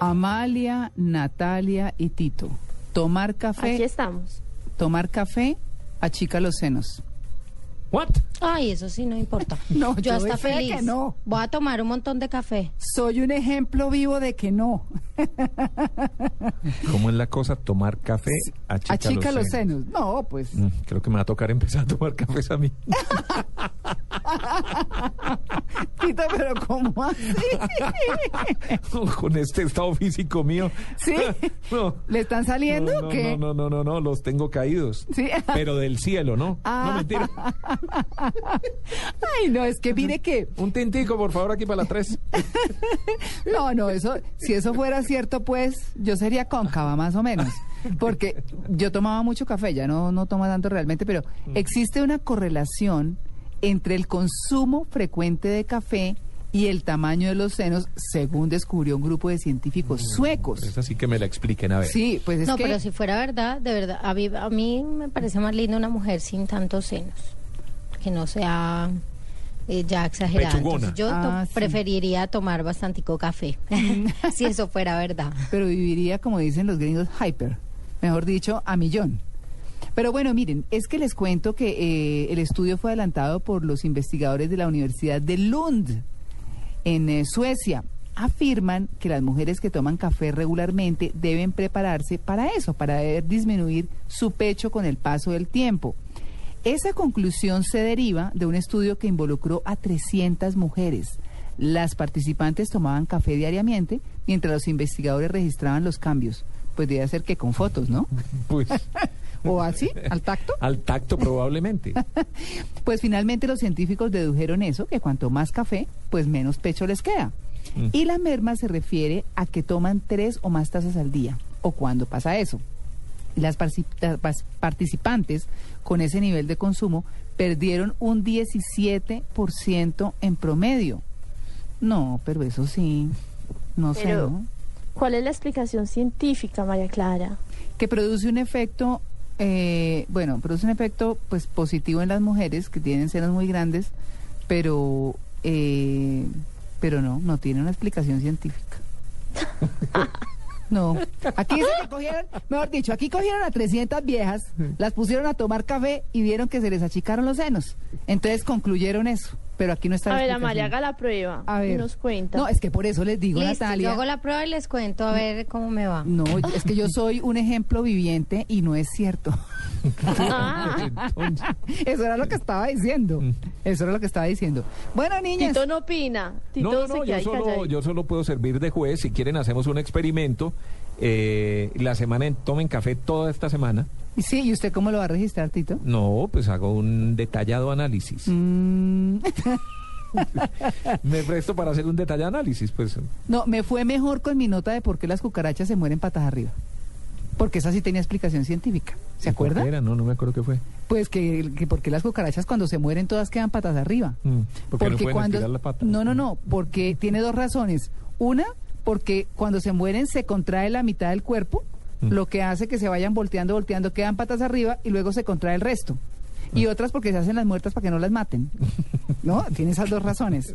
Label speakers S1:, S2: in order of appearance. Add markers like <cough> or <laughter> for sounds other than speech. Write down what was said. S1: Amalia, Natalia y Tito. Tomar café.
S2: Aquí estamos.
S1: Tomar café achica los senos.
S3: ¿What?
S2: Ay, eso sí, no importa.
S1: <laughs> No,
S2: yo,
S1: yo
S2: hasta
S1: de fe
S2: feliz.
S1: que no.
S2: Voy a tomar un montón de café.
S1: Soy un ejemplo vivo de que no.
S3: ¿Cómo es la cosa? Tomar café achica,
S1: Achica los
S3: senos.
S1: senos. No, pues.
S3: Mm, Creo que me va a tocar empezar a tomar cafés a mí.
S1: Tito, pero ¿cómo
S3: <laughs>
S1: así? <laughs>
S3: Con este estado físico mío.
S1: ¿Sí?
S3: <laughs> No.
S1: ¿Le están saliendo
S3: No, no,
S1: o qué?
S3: no, no, no, no, no, los tengo caídos.
S1: Sí. <laughs> Ah.
S3: Pero del cielo, ¿no? No, mentira.
S1: Ay, no, es que mire que.
S3: Un tintico, por favor, aquí para la tres.
S1: No, no, eso, si eso fuera cierto, pues yo sería cóncava más o menos, porque yo tomaba mucho café, ya no, no tomo tanto realmente, pero existe una correlación entre el consumo frecuente de café y el tamaño de los senos, según descubrió un grupo de científicos suecos.
S3: Esa sí que me la expliquen, a ver.
S1: Sí, pues es
S2: no,
S1: que
S2: pero si fuera verdad, de verdad, a mí, a mí me parece más linda una mujer sin tantos senos. Que no sea eh, ya exagerada.
S3: Pechugona.
S2: Entonces, yo to-
S1: Ah, sí.
S2: preferiría tomar
S1: <laughs>
S2: bastantico café. <laughs> si eso fuera verdad.
S1: pero viviría, como dicen los gringos, hyper, mejor dicho, a millón. Pero bueno, miren, es que les cuento que eh, el estudio fue adelantado por los investigadores de la Universidad de Lund, en eh, Suecia. Afirman que las mujeres que toman café regularmente deben prepararse para eso, para eh, disminuir su pecho con el paso del tiempo. Esa conclusión se deriva de un estudio que involucró a 300 mujeres. Las participantes tomaban café diariamente mientras los investigadores registraban los cambios. Pues debe ser que con fotos, ¿no?
S3: Pues
S1: ¿O así? <laughs> ¿Al tacto?
S3: al tacto
S1: <laughs>
S3: probablemente.
S1: Pues finalmente los científicos dedujeron eso, que cuanto más café, pues menos pecho les queda.
S3: Mm.
S1: Y la merma se refiere a que toman tres o más tazas al día, o cuando pasa eso. Las parci- ta- pas- participantes con ese nivel de consumo perdieron un 17% en promedio. No, pero eso sí, no sé,
S4: Pero-
S1: ¿no?
S2: ¿Cuál es la explicación científica, María Clara?
S1: que produce un efecto, eh, bueno, produce un efecto pues positivo en las mujeres que tienen senos muy grandes, pero eh, pero no, no tiene una explicación científica. No, aquí dice que cogieron, mejor dicho, aquí cogieron a 300 viejas, las pusieron a tomar café y vieron que se les achicaron los senos. Entonces concluyeron eso, pero aquí no está
S4: A
S1: la
S4: ver,
S1: explicación.
S4: Amalia, haga la prueba.
S1: A ver.
S4: Y nos cuenta.
S1: No, es que por eso les digo,
S2: Listo, yo
S1: Natalia.
S2: hago la prueba y les cuento a ver cómo me va.
S1: No, es que yo soy un ejemplo viviente y no es cierto.
S4: Ah,
S3: Ah,
S1: Ah. <laughs>
S3: Entonces,
S1: Eso era lo que estaba diciendo.
S3: Mm.
S1: Eso era lo que estaba diciendo. Bueno, niñas.
S4: Tito no opina. Tito
S3: no, no,
S4: se
S3: no,
S4: queda
S3: yo
S4: ahí
S3: solo,
S4: calladito.
S3: yo solo puedo servir de juez. Si quieren, hacemos un experimento. Eh, la semana en- tomen café toda esta semana.
S1: Y Sí, ¿y usted cómo lo va a registrar, Tito?
S3: No, pues hago un detallado análisis.
S1: Mm, <laughs>
S3: Me presto para hacer un detallado análisis, pues.
S1: no, me fue mejor con mi nota de por qué las cucarachas se mueren patas arriba. Porque esa sí tenía explicación científica. ¿Se
S3: ¿Y por qué
S1: acuerda?
S3: era? No, no me acuerdo qué fue.
S1: Pues que, que porque las cucarachas cuando se mueren todas quedan patas arriba.
S3: Mm, porque no pueden estirar la pata. Mm.
S1: No, no, no, porque tiene dos razones. Una, porque cuando se mueren se contrae la mitad del cuerpo,
S3: Mm.
S1: lo que hace que se vayan volteando, volteando, quedan patas arriba y luego se contrae el
S3: Mm. <laughs>
S1: resto. Y otras porque se hacen las muertas para que no las maten. ¿No? Tiene esas dos razones.